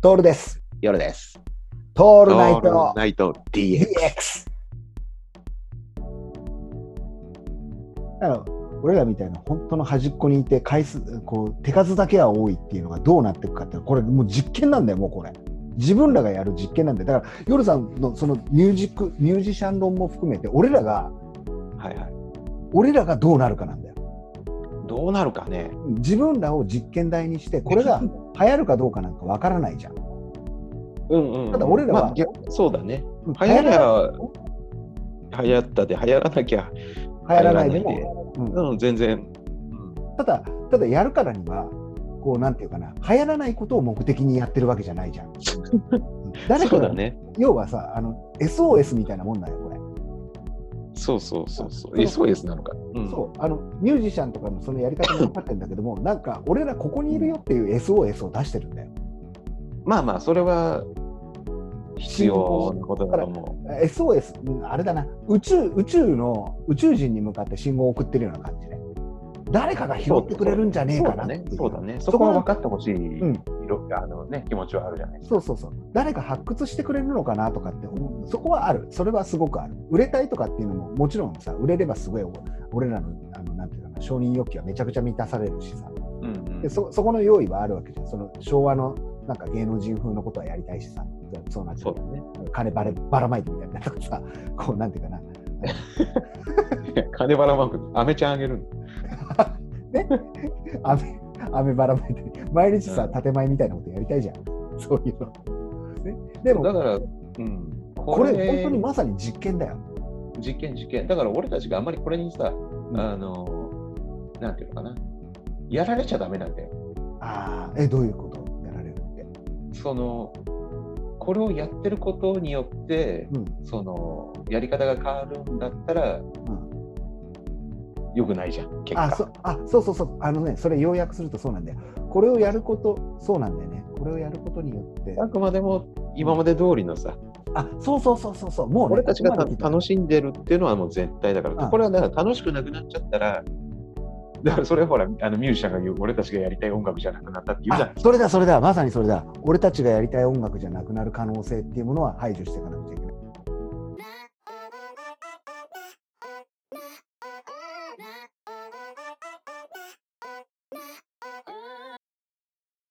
トールです。夜です。トオールナイトナイト DX。 DX。だから俺らみたいな本当の端っこにいて回数こう手数だけは多いっていうのがどうなっていくかっていうのこれもう実験なんだよもうこれ自分らがやる実験なんだよだから夜さんのそのミュージックミュージシャン論も含めて俺らがはいはい。俺らがどうなるかなんだよどうなるかね。自分らを実験台にしてこれ が流行るかどうかなんかわからないじゃんうんうん。ただ俺らはまあ逆そうだね。流流行りゃ流行ったで流行らなきゃ。流行らないで流行らも、うんうん、全然。ただただやるからにはこうなんていうかな流行らないことを目的にやってるわけじゃない じゃん誰そかうだが、ね。要はさあの SOS みたいなもんだよこれ、そうそうそうそう。そう SOS なのか。うんそうあのミュージシャンとかのそのやり方も分かってんだけども なんか俺らここにいるよっていう SOS を出してるんだよまあまあ、それは必要なことだと思 SOS うんあれだな宇宙宇宙の宇宙人に向かって信号を送ってるような感じね誰かが拾ってくれるんじゃう。ねえそうかだなっていね。そうだね。そそここはは分かってほしい。うん色あのね、気持ちはあるじゃないですか。そうそうそう誰か発掘してくれるのかなとかって思うそこはあるそれはすごくある売れたいとかっていうのももちろんさ売れればすごい俺らのあのなんていうかな承認欲求はめちゃくちゃ満たされるしさうんうんでそそこの用意はあるわけじゃんその昭和のなんか芸能人風のことはやりたいしさそうなっちゃそううだね。 金ばればらまいてみたいなとかさこうなんていうかな金ばらまく、アメちゃんあげる雨雨ばらまいて毎日さうん建前みたいなことやりたいじゃんそういうの。ね、での。だもから、うん。これ本当にまさに実験だよ。実験実験だから俺たちがあんまりこれにさ、んあのなんていうのかなやられちゃダメなんだよああえどういうことやられるって。そのこれをやってることによってうんそのやり方が変わるんだったら、良くないじゃん結果あそあそうそうそうあのねそれ要約するとそうなんだよこれをやることそうなんだよねこれをやることによってあくまでも今まで通りのさ、あそうそうそうそうそうもう、ね、俺たちがここまで来た楽しんでるっていうのはもう絶対だから、うんこれはだから楽しくなくなっちゃったらだからそれはほらあのミュージシャンが言う俺たちがやりたい音楽じゃなくなったって言うじゃんあそれだそれだまさにそれだ俺たちがやりたい音楽じゃなくなる可能性っていうものは排除していかなくちゃい